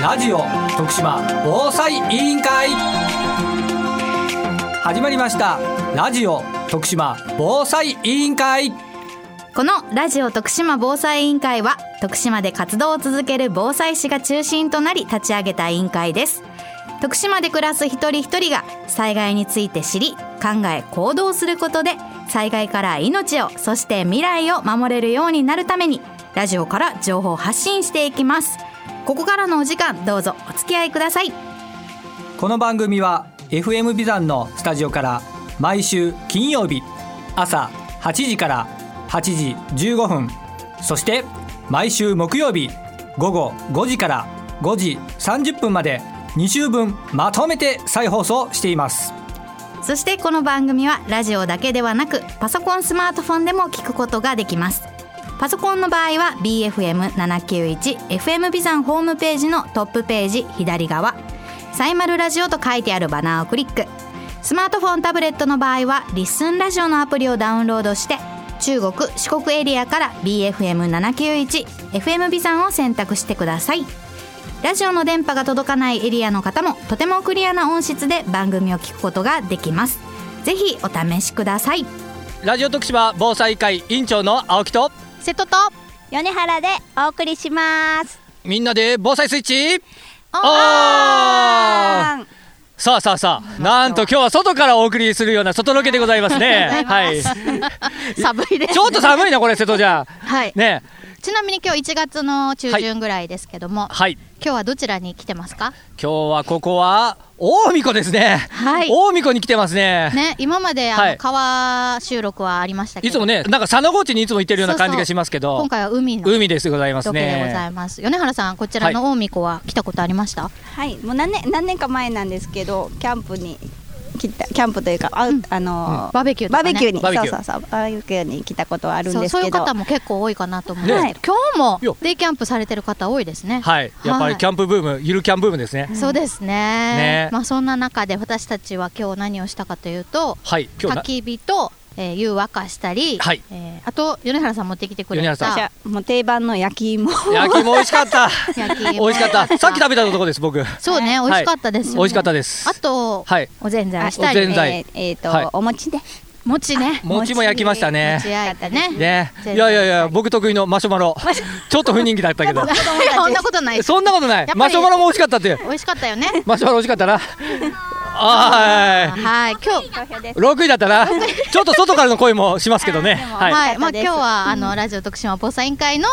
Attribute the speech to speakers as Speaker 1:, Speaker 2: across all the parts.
Speaker 1: ラジオ徳島防災委員会始まりましたラジオ徳島防災委員会
Speaker 2: このラジオ徳島防災委員会は徳島で活動を続ける防災士が中心となり立ち上げた委員会です徳島で暮らす一人一人が災害について知り考え行動することで災害から命をそして未来を守れるようになるためにラジオから情報を発信していきますここからのお時間どうぞお付き合いください
Speaker 1: この番組は FM ビザンのスタジオから毎週金曜日朝8時から8時15分そして毎週木曜日午後5時から5時30分まで2週分まとめて再放送しています
Speaker 2: そしてこの番組はラジオだけではなくパソコンスマートフォンでも聞くことができますパソコンの場合は BFM791FM ビザンホームページのトップページ左側「サイマルラジオ」と書いてあるバナーをクリックスマートフォンタブレットの場合は「リッスンラジオ」のアプリをダウンロードして中国四国エリアから BFM791FM ビザンを選択してくださいラジオの電波が届かないエリアの方もとてもクリアな音質で番組を聞くことができますぜひお試しください
Speaker 1: ラジオ徳島防災会委員長の青木と
Speaker 3: 瀬戸と米原でお送りします
Speaker 1: みんなで防災スイッチ
Speaker 3: お
Speaker 1: ー
Speaker 3: ーん
Speaker 1: さあさあさあ、なんと今日は外からお送りするような外ロケでございますね。 はい。
Speaker 4: 寒いです
Speaker 1: ちょっと寒いなこれ瀬戸じゃあ。
Speaker 4: はい、
Speaker 1: ね、
Speaker 4: ちなみに今日1月の中旬ぐらいですけども、
Speaker 1: はい。
Speaker 4: 今日はどちらに来てますか
Speaker 1: 今日はここは大巫女ですね。
Speaker 4: はい
Speaker 1: 大巫女に来てますね。
Speaker 4: ね今まであの、
Speaker 1: はい
Speaker 4: 川収録はありましたけ
Speaker 1: い
Speaker 4: ど
Speaker 1: つもね、なんか佐野ゴチにいつも行ってるような感じがしますけど、
Speaker 4: 今回は海の
Speaker 1: 海ですございます
Speaker 4: ロケでござい
Speaker 1: ね。
Speaker 4: ます米原さんこちらの近江湖は来たことありました、
Speaker 3: はいもう何年何年か前なんですけどキャンプに来たキャンプというかあ、
Speaker 4: うん
Speaker 3: あのー
Speaker 4: バーベキューと
Speaker 3: バ
Speaker 4: か
Speaker 3: ーベ
Speaker 4: ね
Speaker 3: キューに
Speaker 1: バーベキュー
Speaker 3: そうそうそうバーベキューに来たことはあるん
Speaker 4: そう
Speaker 3: です
Speaker 4: そうい
Speaker 3: け
Speaker 4: う
Speaker 3: ど
Speaker 4: 方も結構多いかなと思うんですけど、今日
Speaker 1: いや
Speaker 4: もデイキャンプされてる方多いですね
Speaker 1: はい。やっぱりキ
Speaker 4: ャン
Speaker 1: ャンプブーム、ゆるキャンブームですね。
Speaker 4: そうですね
Speaker 1: ね
Speaker 4: まあそんな中で私たちは今日何をしたかというと
Speaker 1: はい。今日
Speaker 4: 焚
Speaker 1: な、
Speaker 4: き火と、えー、湯沸かしたり、
Speaker 1: はい
Speaker 4: えーあと米原さん持ってきてくれ
Speaker 1: 米原
Speaker 3: 私
Speaker 1: さ
Speaker 4: た
Speaker 3: はもう定番の焼き芋
Speaker 1: 焼きも美味しかった。
Speaker 4: 焼き
Speaker 1: 美味しか った。さっき食べたところです僕。は
Speaker 4: そうね、
Speaker 1: はい
Speaker 4: 美味しかったですよ、ね
Speaker 1: 美味しかったです
Speaker 4: あと、
Speaker 1: い。
Speaker 2: おぜん
Speaker 3: あ
Speaker 2: ざ
Speaker 1: おぜんざい
Speaker 3: えーえーと、
Speaker 1: はい
Speaker 3: お餅で
Speaker 4: 餅ね。
Speaker 1: 餅も焼きましたね。
Speaker 4: 餅焼いて
Speaker 1: ね、
Speaker 4: ね。
Speaker 1: い
Speaker 4: 全然
Speaker 1: やいやいや、僕得意のマシュマロ。ちょっと不人気だったけど。
Speaker 4: そんなことない。
Speaker 1: そんなことない
Speaker 4: やっぱ。り
Speaker 1: マシュマロも美味しかったって。
Speaker 4: 美味しかったよね。
Speaker 1: マシュマロ美味しかったな。あーは
Speaker 4: はい、今日。
Speaker 3: 投票です
Speaker 1: い。6位だったな。ちょっと外からの声もしますけどね。
Speaker 4: はい、
Speaker 1: はい。
Speaker 4: まあ、
Speaker 3: 美味
Speaker 4: 今
Speaker 3: しかった
Speaker 4: 日
Speaker 3: です
Speaker 4: は、あの、ラジオ徳島防災委員会の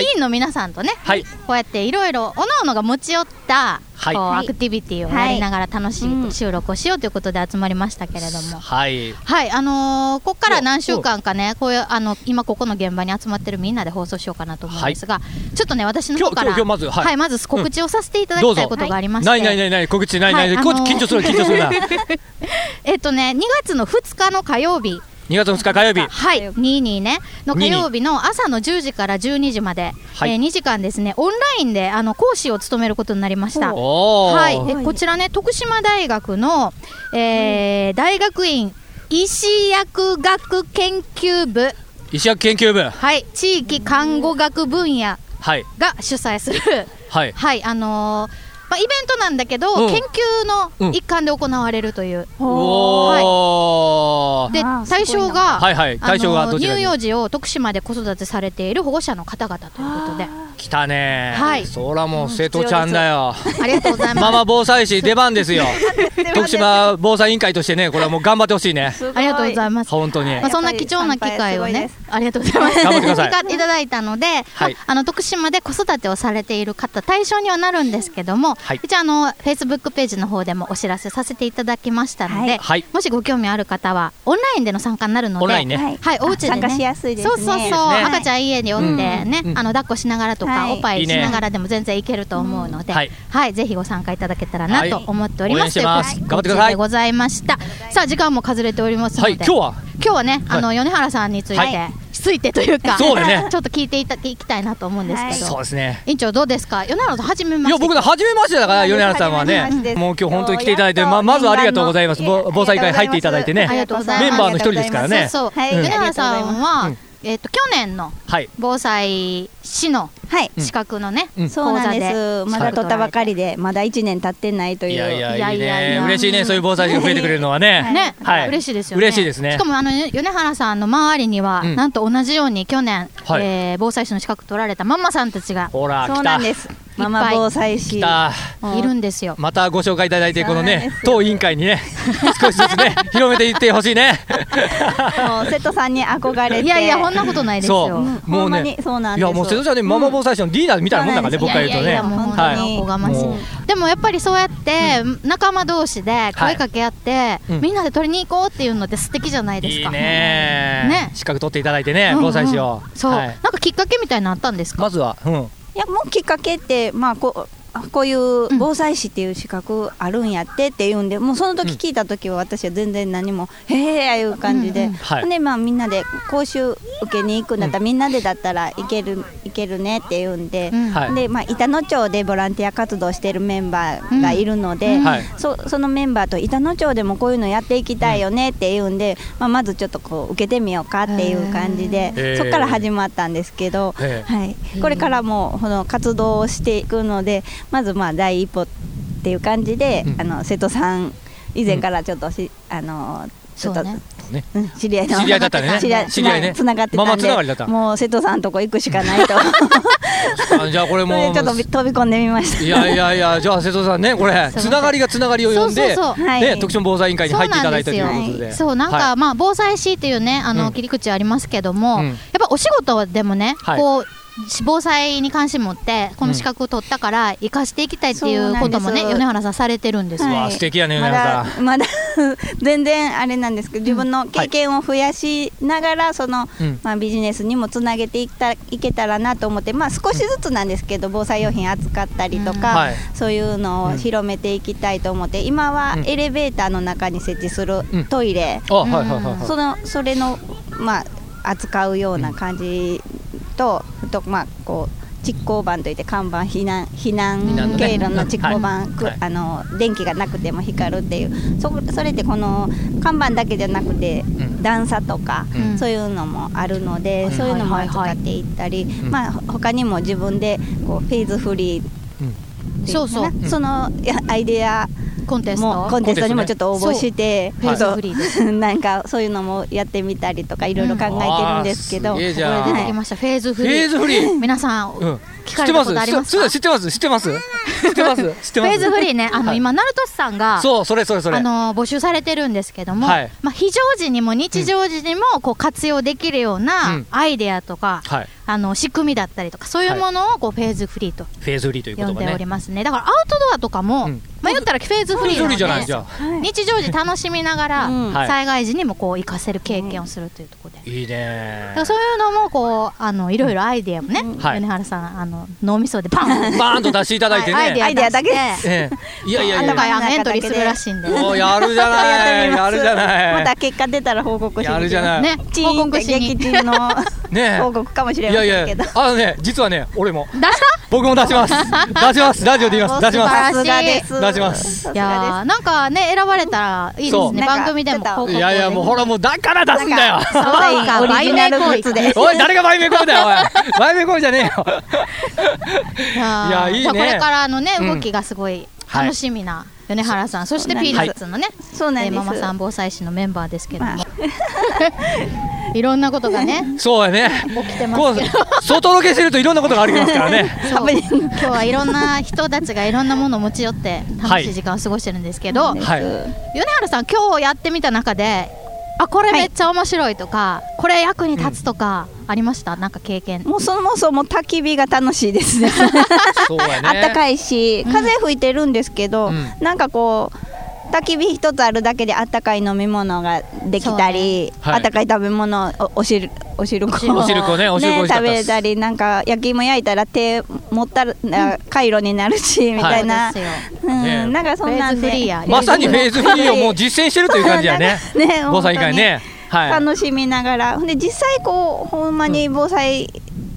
Speaker 1: い
Speaker 4: 委員の皆さんとね。
Speaker 1: はい
Speaker 4: こうやっていろいろ、おのおのが持ち寄った、
Speaker 1: はい
Speaker 4: こう
Speaker 3: は
Speaker 4: ア
Speaker 3: い
Speaker 4: クティビティをやりながら楽し
Speaker 3: うん
Speaker 4: い収録をしようということで集まりましたけれども。
Speaker 1: はい。
Speaker 4: はい、あのーここから何週間かね、こういう、あの、今ここの現場に集まってるみんなで放送しようかなと思うんですが、ちょっとね、私の
Speaker 1: 今
Speaker 4: 方
Speaker 1: 日、
Speaker 4: か
Speaker 1: 今
Speaker 4: ら、
Speaker 1: 日、今日まず、
Speaker 4: はい、
Speaker 1: はい。
Speaker 4: まず告知をさせていただ
Speaker 1: どう
Speaker 4: き
Speaker 1: ぞ
Speaker 4: たいことがありまして、
Speaker 1: ないないないない、告知ないないない。
Speaker 4: はい
Speaker 1: こ
Speaker 4: あのー
Speaker 1: 緊張するな、緊張する な。
Speaker 4: えっとね、2月の2日の火曜日、
Speaker 1: 2月の2日火曜日。
Speaker 4: はい、
Speaker 3: 火曜
Speaker 4: 22ね、の火曜日の朝の10時から12時まで、
Speaker 1: はい
Speaker 4: えー2時間ですね、オンラインであの講師を務めることになりました。
Speaker 1: お
Speaker 4: は
Speaker 1: ー。
Speaker 4: い、
Speaker 3: は
Speaker 4: で
Speaker 3: い
Speaker 4: こちらね、徳島大学の、えー大学院医薬学研究部、
Speaker 1: 石薬研究部。
Speaker 4: はい、地域看護学分野
Speaker 1: はい。
Speaker 4: が主催する、
Speaker 1: はい。
Speaker 4: はい、あのーまあ、イベントなんだけど、
Speaker 1: うん
Speaker 4: 研究の一環で行われるという、
Speaker 1: おー。
Speaker 4: で
Speaker 3: あー
Speaker 4: 対象が、
Speaker 1: はいはい。対象
Speaker 4: あ
Speaker 1: が
Speaker 4: の
Speaker 1: どちら
Speaker 4: 乳
Speaker 1: に
Speaker 4: 幼児を徳島で子育てされている保護者の方々ということで
Speaker 1: 来たね。
Speaker 4: はい
Speaker 1: そらもう瀬戸ちゃんだよ。
Speaker 4: ありがとうございます
Speaker 1: ママ防災士出番ですよ。徳島防災委員会としてね、これはもう頑張ってほしいね。
Speaker 3: すごい
Speaker 4: ありがとうございます
Speaker 1: 本当に。
Speaker 4: まあ、そんな貴重な機会をねありがとうございます
Speaker 1: 頑張ってください
Speaker 4: いただいたので、
Speaker 1: はい
Speaker 4: まああの徳島で子育てをされている方対象にはなるんですけども、
Speaker 1: はい
Speaker 4: 一応あのフェイスブックページの方でもお知らせさせていただきましたので、
Speaker 3: はい
Speaker 1: はい。
Speaker 4: もしご興味ある方はオンラインでの参加になるので
Speaker 1: オンラインね
Speaker 3: はい、
Speaker 4: はいお家でね
Speaker 3: 参加しやすいですね
Speaker 4: そうそうそう、
Speaker 1: すね
Speaker 4: 赤ちゃん家におってね、
Speaker 1: うん
Speaker 4: あの抱っこしながらと
Speaker 3: は
Speaker 4: か、
Speaker 3: い
Speaker 4: おっぱ
Speaker 1: い
Speaker 4: い
Speaker 1: い
Speaker 4: し
Speaker 1: ね
Speaker 4: ながらでも全然いけると思うので、
Speaker 1: は
Speaker 4: はいい、ぜひご参加いただけたら
Speaker 1: は
Speaker 4: ないと思っており
Speaker 1: 応
Speaker 4: ま
Speaker 1: 援し
Speaker 4: す。
Speaker 1: てます
Speaker 4: とい
Speaker 1: 頑
Speaker 4: う
Speaker 1: 張
Speaker 4: こ
Speaker 1: っ
Speaker 4: と
Speaker 1: て
Speaker 4: で
Speaker 1: ください
Speaker 4: 告知でございました。さあ時間も数れておりますの
Speaker 1: は
Speaker 4: で、
Speaker 1: い。今日は。
Speaker 4: 今日はね、あの米原さんについて、
Speaker 1: はい
Speaker 4: ついてというか、
Speaker 1: そうだね
Speaker 4: ちょっと聞いていたいきたいなと思うんですけど、
Speaker 1: そうですね。
Speaker 4: 委員長どうですか、米原さん初めま
Speaker 1: いや、
Speaker 4: して。
Speaker 1: 僕ね、初めましてだから、米原さんは
Speaker 3: 初めまし
Speaker 1: ね。
Speaker 3: て
Speaker 1: もう今日本当に来ていただいて、まあ、まずありがとうございます。ぼ防災会入っていただいて
Speaker 4: あり
Speaker 1: ね。
Speaker 4: がとうございます
Speaker 1: メンバーの一人ですからね
Speaker 4: そうそう、
Speaker 3: はい
Speaker 4: 米原さんは、
Speaker 1: うん
Speaker 4: えっ、と去年の
Speaker 1: はい。
Speaker 4: 防災市の、
Speaker 3: はい、
Speaker 5: 資格のね、
Speaker 1: うん
Speaker 3: そうなんですまだ取ったばかり
Speaker 5: り
Speaker 3: でまだ1年経ってないという
Speaker 1: いやい
Speaker 5: いや
Speaker 1: やいい
Speaker 5: いやい
Speaker 1: ね
Speaker 5: や
Speaker 1: 嬉しいねそういう防災士が増えてくれるのはね
Speaker 5: ね、
Speaker 1: はい
Speaker 5: 嬉しいですよね。
Speaker 1: 嬉しいですね
Speaker 5: しかもあのよ米原さんの周りには、
Speaker 1: うん
Speaker 5: なんと同じように去年、
Speaker 1: はい
Speaker 5: えー防災士の資格取られたママさんたちが
Speaker 1: ほら
Speaker 3: そう
Speaker 1: 来
Speaker 3: な
Speaker 1: た
Speaker 3: んです
Speaker 5: ぱい
Speaker 3: ママ防災士
Speaker 1: 来た
Speaker 5: いるんですよ。
Speaker 1: またご紹介いただいてこの
Speaker 3: そうなん
Speaker 1: ね
Speaker 3: です
Speaker 1: 当委員会にね少しずつね広めていってほしいね
Speaker 3: もう瀬戸さんに憧れて
Speaker 5: いやいや、こんなことないです
Speaker 1: そ
Speaker 5: よ。
Speaker 1: う
Speaker 3: ほ
Speaker 1: もうん
Speaker 3: まに
Speaker 1: ね
Speaker 3: そうなん
Speaker 1: い
Speaker 3: です
Speaker 1: やもう瀬戸ちゃんねママ防災士のリーダーみたいなもんだからね
Speaker 3: そう
Speaker 1: 僕
Speaker 3: な
Speaker 1: か
Speaker 3: んです
Speaker 1: ら言うと
Speaker 5: いやいやいや
Speaker 1: ね
Speaker 5: もう本
Speaker 1: はい
Speaker 5: 当におこがましい、
Speaker 1: も
Speaker 5: でもやっぱりそうやって仲間同士で声かけ合って、
Speaker 1: うん
Speaker 5: みんなで取りに行こうっていうのって素敵じゃないです
Speaker 1: いい
Speaker 5: か。
Speaker 1: ね
Speaker 5: ね
Speaker 1: 資格取っていただいてね
Speaker 5: うんうん
Speaker 1: 防災士を
Speaker 5: そう、
Speaker 1: は
Speaker 5: なん
Speaker 1: い
Speaker 5: かきっかけみたいなのあったんですか。
Speaker 1: まずはうん
Speaker 3: いやもうきっかけってまあこうこういう防災士っていう資格あるんやってって言うんでもうその時聞いた時は私は全然何も「へえ」ああいう感じ
Speaker 5: うん
Speaker 3: で、
Speaker 5: うん
Speaker 1: はい
Speaker 3: でまあみんなで講習受けに行くんだったら、みんなでだったらいけるいけるねって言うんで。
Speaker 5: うん
Speaker 1: はい
Speaker 3: でまあ、板野町でボランティア活動してるメンバーがいるので、
Speaker 5: うん
Speaker 1: はい
Speaker 3: そそのメンバーと板野町でもこういうのやっていきたいよねっていうんで、まあ、まずちょっとこう受けてみようかっていう感じで、
Speaker 1: へー
Speaker 3: そこから始まったんですけど、
Speaker 1: へー
Speaker 3: はい、これからもこの活動をしていくのでまずまあ第一歩っていう感じで、
Speaker 1: うん
Speaker 3: あの瀬戸さん以前からちょっとし、あのちょっ
Speaker 5: そ
Speaker 3: と
Speaker 5: うね
Speaker 1: ね
Speaker 3: うん知り合いの
Speaker 1: 知り合いだったね
Speaker 3: 知り合い
Speaker 1: 知り合いね
Speaker 3: つながってたんで
Speaker 1: ママつながりだった
Speaker 3: もう瀬戸さんとこ行くしかないとそ
Speaker 1: あじゃあこれ
Speaker 3: れ
Speaker 1: も
Speaker 3: でちょっと飛び飛び込んでみました
Speaker 1: いやいやいやじゃあ瀬戸さんねこれ
Speaker 5: そう
Speaker 1: つながりがつながりを呼んで
Speaker 5: そうそうそう
Speaker 3: はい
Speaker 1: ね徳島防災委員会に入っていただいたということで
Speaker 5: そうなん
Speaker 1: は
Speaker 5: かまあ防災士っていうねあ
Speaker 1: う
Speaker 5: の
Speaker 1: ん
Speaker 5: 切り口ありますけども、
Speaker 1: うん
Speaker 5: やっぱお仕事でもね、
Speaker 1: はい
Speaker 5: こう防災に関心持ってこの資格を取ったから生かしていきたいっていうこともね
Speaker 3: そうなんです
Speaker 5: 米原さんされてるんですよ、
Speaker 1: う
Speaker 3: はい
Speaker 1: わ素敵やね
Speaker 3: ま
Speaker 1: 米
Speaker 3: だ
Speaker 1: 原さ
Speaker 3: まだ 全然あれなんですけど自分の経験を増やしながらその、
Speaker 1: うん
Speaker 3: まあ、ビジネスにもつなげていったいけたらなと思って、まあ、少しずつなんですけど防災用品扱ったりとか、
Speaker 1: うんはい
Speaker 3: そういうのを
Speaker 1: うん
Speaker 3: 広めていきたいと思って今は
Speaker 1: うん
Speaker 3: エレベーターの中に設置する
Speaker 1: うん
Speaker 3: トイレ、
Speaker 1: あはいはいはいはい
Speaker 3: そのそれの、まあ、扱うような感じと,、とまあ、こう実行板といって看板避難避
Speaker 1: 避難
Speaker 3: 難
Speaker 1: の
Speaker 3: 経
Speaker 1: ね
Speaker 3: 路の実行板、
Speaker 1: はい
Speaker 3: く
Speaker 1: はい
Speaker 3: あの電気がなくても光るっていうそそれってこの看板だけじゃなくて、
Speaker 1: ん
Speaker 3: 段差とか、
Speaker 1: うん
Speaker 3: そういうのもあるので、
Speaker 1: うん
Speaker 3: そういうのも扱っていったり、
Speaker 1: うん
Speaker 3: まあ、ほ他にも自分でこうフェーズフリーって
Speaker 1: うん
Speaker 3: い
Speaker 5: そうそう
Speaker 3: かなそのいやアイデア
Speaker 5: コンテス
Speaker 3: もう
Speaker 5: ト
Speaker 3: コンテストにもちょっと応募して、
Speaker 5: そう
Speaker 3: ちょっと
Speaker 5: はいフェー ズ
Speaker 3: なんかそういうのもやってみたりとかいろいろ考えてるんですけど、
Speaker 1: うんあーすげえじゃん
Speaker 5: これ出て
Speaker 3: は
Speaker 5: き
Speaker 3: い
Speaker 5: ましたフェーズフ
Speaker 1: フ
Speaker 5: リー
Speaker 1: ェーズフリー
Speaker 5: 皆さん、
Speaker 1: うん
Speaker 5: 聞かれたことありますか
Speaker 1: 知ってます知ってます知ってます知ってます知って
Speaker 5: フ
Speaker 1: ます
Speaker 5: ェーズフリーねあの、
Speaker 1: はい
Speaker 5: 今ナルトスさんが
Speaker 1: そうそれそれそれ
Speaker 5: あの募集されてるんですけども、
Speaker 1: はい
Speaker 5: まあ、非常時にも日常時にもこう活用できるよう
Speaker 1: う
Speaker 5: なんアイデアとか、
Speaker 1: はい
Speaker 5: あの仕組みだったりとかそういうものをこうフェーズフリーと
Speaker 1: フェーズフリーという言
Speaker 5: 呼ん
Speaker 1: 葉
Speaker 5: でおり
Speaker 1: ね
Speaker 5: ますねだからアウトドアとかも、
Speaker 1: うん
Speaker 5: まあ言ったらフェーズフ
Speaker 1: フェ
Speaker 5: リーな
Speaker 1: ーズフリーじゃない
Speaker 5: の
Speaker 1: です
Speaker 5: で
Speaker 1: よ
Speaker 5: 日常時楽しみながら、
Speaker 3: うん
Speaker 1: はい
Speaker 5: 災害時にもこう活かせる経験をするというところで。
Speaker 1: いいね
Speaker 5: だからそういうのもこうあのいろいろアイデアもね、
Speaker 1: はい
Speaker 5: 米原さんあの脳みそでパン
Speaker 1: バーンと出していただいてね
Speaker 5: アイデア出
Speaker 3: アイデアだけ
Speaker 5: して
Speaker 3: です
Speaker 1: ええいやいやい
Speaker 5: だ
Speaker 1: や
Speaker 5: か
Speaker 1: い
Speaker 5: らあのエントリーするらしいんで
Speaker 1: やおやるじ ゃないやるじゃない
Speaker 3: また結果出たら報告しに来
Speaker 1: や
Speaker 3: ます
Speaker 1: るじゃない
Speaker 5: ね
Speaker 3: チ
Speaker 5: 報
Speaker 3: ーンっ
Speaker 5: 告
Speaker 3: て
Speaker 5: しに
Speaker 3: 撃沈の
Speaker 1: ねえ
Speaker 3: 報告かもしれ
Speaker 1: い
Speaker 3: ま
Speaker 1: やい
Speaker 3: せん
Speaker 1: や
Speaker 3: けど
Speaker 1: あのね実はね俺も
Speaker 5: 出した
Speaker 1: 僕も出します出しますラジオで言います出します
Speaker 5: ら
Speaker 3: さ
Speaker 5: しい
Speaker 3: すがです
Speaker 1: 出します
Speaker 3: さす
Speaker 5: いや
Speaker 3: が
Speaker 5: ーなんかね選ばれたらいいです
Speaker 1: そう
Speaker 5: ね番組でも
Speaker 3: なんか
Speaker 5: 報告
Speaker 1: いやいやもうほらもうだから出すんだよ
Speaker 3: です
Speaker 5: 爽やか
Speaker 3: オリジナルグッズで
Speaker 1: おい誰がマイメコーだよおいマイメコーじゃねえよ
Speaker 5: いやー
Speaker 1: いやいいね
Speaker 5: じゃあこれからのね
Speaker 1: うん
Speaker 5: 動きがすごい
Speaker 1: はい
Speaker 5: 楽しみな米原さん、そし
Speaker 3: そ
Speaker 5: て
Speaker 3: うなん
Speaker 5: ピ
Speaker 3: です
Speaker 5: ーナッツのね、
Speaker 3: そうなん
Speaker 5: え
Speaker 3: で
Speaker 5: ー
Speaker 3: す
Speaker 5: ママさん防災士のメンバーですけども、
Speaker 3: ま
Speaker 5: いろんなこと がね
Speaker 1: そうやねこう外ロケしてるといろんなことがありますからね
Speaker 5: そう今日はいろんな人たちがいろんなものを持ち寄って楽しい時間を過ごしてるんですけ
Speaker 1: は
Speaker 5: ど、
Speaker 1: い
Speaker 5: 米原さん今日やってみた中であこれめっちゃ面白いとか、これ役に立つとかありました、なんか経験
Speaker 3: もうそもそも焚き火が楽しいですね
Speaker 1: そうやね
Speaker 3: あったかいし
Speaker 5: うん
Speaker 3: 風吹いてるんですけど、
Speaker 1: うん
Speaker 3: なんかこう焚き火一つあるだけであったかい飲み物ができたり、
Speaker 1: そうねはい
Speaker 3: あったかい食べ物おお汁お汁粉
Speaker 1: お汁粉ねお汁粉美
Speaker 3: 食
Speaker 1: 味しかったっ
Speaker 3: べ
Speaker 1: す
Speaker 3: たりなんか焼き芋焼いたら手持ったら回路になるし、みたいな、
Speaker 5: そうですよ
Speaker 3: うん
Speaker 1: ね
Speaker 3: なんかそんなん
Speaker 5: フェーズフリー
Speaker 3: で
Speaker 5: や
Speaker 1: まさにフェーズフリーをもう実践してるという感じやね
Speaker 3: なんかね
Speaker 1: 防災委員会ねはい
Speaker 3: 楽しみながら、ほんで実際こうほんまに防災、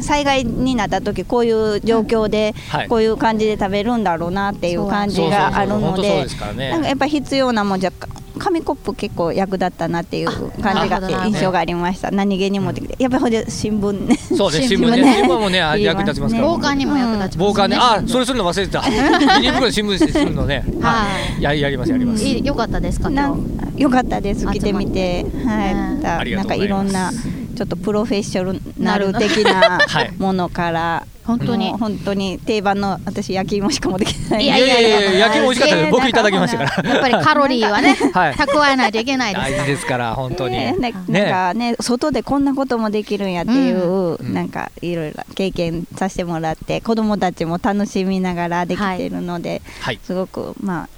Speaker 3: 災害になった時こういう状況で、
Speaker 1: うんはい
Speaker 3: こういう感じで食べるんだろうなっていう感じがあるの
Speaker 1: そうそうそうそう本当そう
Speaker 3: で
Speaker 1: ですから
Speaker 3: なんか
Speaker 1: ね
Speaker 3: やっぱ必要なもんじゃ紙コップ結構役立ったなっていう感じ
Speaker 5: あなるほどなるほ
Speaker 3: が
Speaker 5: ど
Speaker 3: 印象がありました何気にもできてやっぱりほんで新聞ね
Speaker 6: そう ね、新
Speaker 3: 新
Speaker 6: 聞
Speaker 3: 聞
Speaker 6: ね、
Speaker 3: ね
Speaker 6: 新聞もね、あ
Speaker 3: いります
Speaker 6: 役に立ちますから。
Speaker 5: 防寒にも役立ちますね
Speaker 6: 防寒ね、あ、それするの忘れてた。ビニール袋で新聞紙するのね。
Speaker 5: は
Speaker 6: はい。や、やります、やります。
Speaker 5: いいよかったですか
Speaker 3: な
Speaker 5: 今
Speaker 3: ん
Speaker 5: 日
Speaker 3: よかったです
Speaker 5: あ
Speaker 3: 来てみてはい
Speaker 5: ね
Speaker 3: また
Speaker 6: ありが
Speaker 3: な
Speaker 6: と
Speaker 3: ん
Speaker 6: う
Speaker 3: か
Speaker 6: ござ
Speaker 3: い
Speaker 6: います
Speaker 3: ろんなちょっとプロフェッショナル的な
Speaker 6: はい
Speaker 3: ものから
Speaker 5: 本当に
Speaker 3: もう本当に定番の私焼き芋しかもできない
Speaker 5: い
Speaker 6: い
Speaker 5: や
Speaker 6: やいやいやいや、焼きも美味しかったです。
Speaker 3: ね
Speaker 6: 僕いただきましたから。
Speaker 5: やっぱりカロリーはね
Speaker 6: はい
Speaker 5: 蓄えないといけないですか
Speaker 6: 大
Speaker 5: ら
Speaker 6: 事ですから、本当に。
Speaker 3: ね
Speaker 6: ね
Speaker 3: ななんかね外でこんなこともできるんやっていう、
Speaker 6: うん
Speaker 3: なんかいろいろ経験させてもらって子供たちも楽しみながらできてるので、
Speaker 6: はい。
Speaker 3: すごくまあ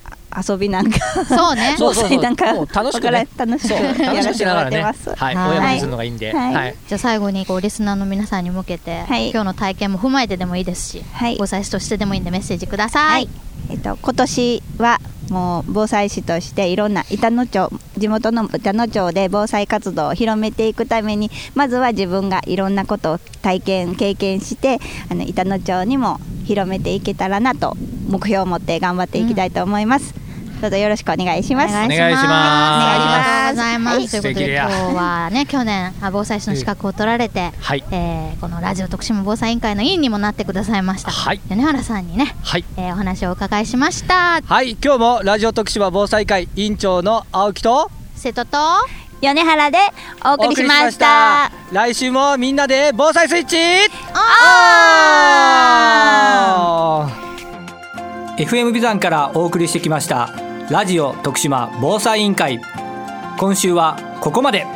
Speaker 3: 遊びなんか
Speaker 5: そうね
Speaker 6: そうそうそう
Speaker 3: なんか
Speaker 6: もう楽しくね
Speaker 3: わからん楽しく
Speaker 6: そう、 楽
Speaker 3: や
Speaker 6: し
Speaker 3: ら
Speaker 6: く
Speaker 3: せ
Speaker 6: してな
Speaker 3: も
Speaker 6: がら
Speaker 3: らって
Speaker 6: ね。は
Speaker 3: ま
Speaker 6: い、親
Speaker 3: す。
Speaker 5: はい
Speaker 6: 分するのがいいんで。
Speaker 3: はい
Speaker 6: はい。
Speaker 5: じゃあ最後にこうリスナーの皆さんに向けて、
Speaker 3: はい
Speaker 5: 今日の体験も踏まえてでもいいですし、
Speaker 3: はい
Speaker 5: 防災士としてでもいいんでメッセージください。
Speaker 3: えっと今年はもう防災士としていろんな板野町地元の板野町で防災活動を広めていくためにまずは自分がいろんなことを体験経験してあの板野町にも広めていけたらなと目標を持って頑張っていきたいと思います。どうぞよろしくお願いします。
Speaker 6: お願いします
Speaker 5: ありがとうございます。
Speaker 3: はい
Speaker 5: というこ
Speaker 6: 素
Speaker 5: と
Speaker 6: 敵
Speaker 5: で
Speaker 6: や
Speaker 5: 今日はね去年あ防災士の資格を取られて、
Speaker 6: はい
Speaker 5: えーこのラジオ徳島防災委員会の委員にもなってくださいました、
Speaker 6: はい
Speaker 5: 米原さんにね、
Speaker 6: はい。
Speaker 5: えーお話をお伺いしました。
Speaker 6: はい、今日もラジオ徳島防災会委員長の青木と。
Speaker 5: 瀬戸と
Speaker 3: 米原でお送りしました。
Speaker 6: 来週もみんなで防災スイッチ。おー
Speaker 1: FM ビザンからお送りしてきましたラジオ徳島防災委員会今週はここまで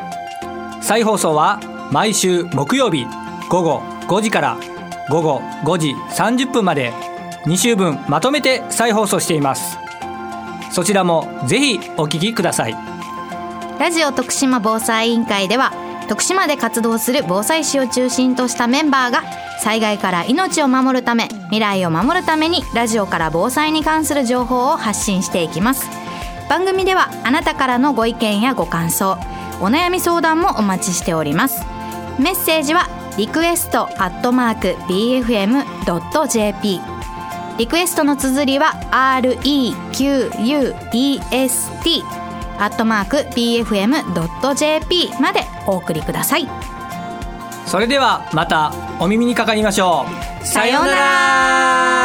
Speaker 1: 再放送は毎週木曜日午後5時から午後5時30分まで2週分まとめて再放送していますそちらもぜひお聞きください
Speaker 4: ラジオ徳島防災委員会では徳島で活動する防災士を中心としたメンバーが災害から命を守るため未来を守るためにラジオから防災に関する情報を発信していきます番組ではあなたからのご意見やご感想お悩み相談もお待ちしておりますメッセージはリクエストアットマーク BFM.jp リクエストの綴りは REQUEST アットマーク BFM.jp までお送りください
Speaker 1: それではまたお耳にかかりましょう
Speaker 4: さような
Speaker 1: ら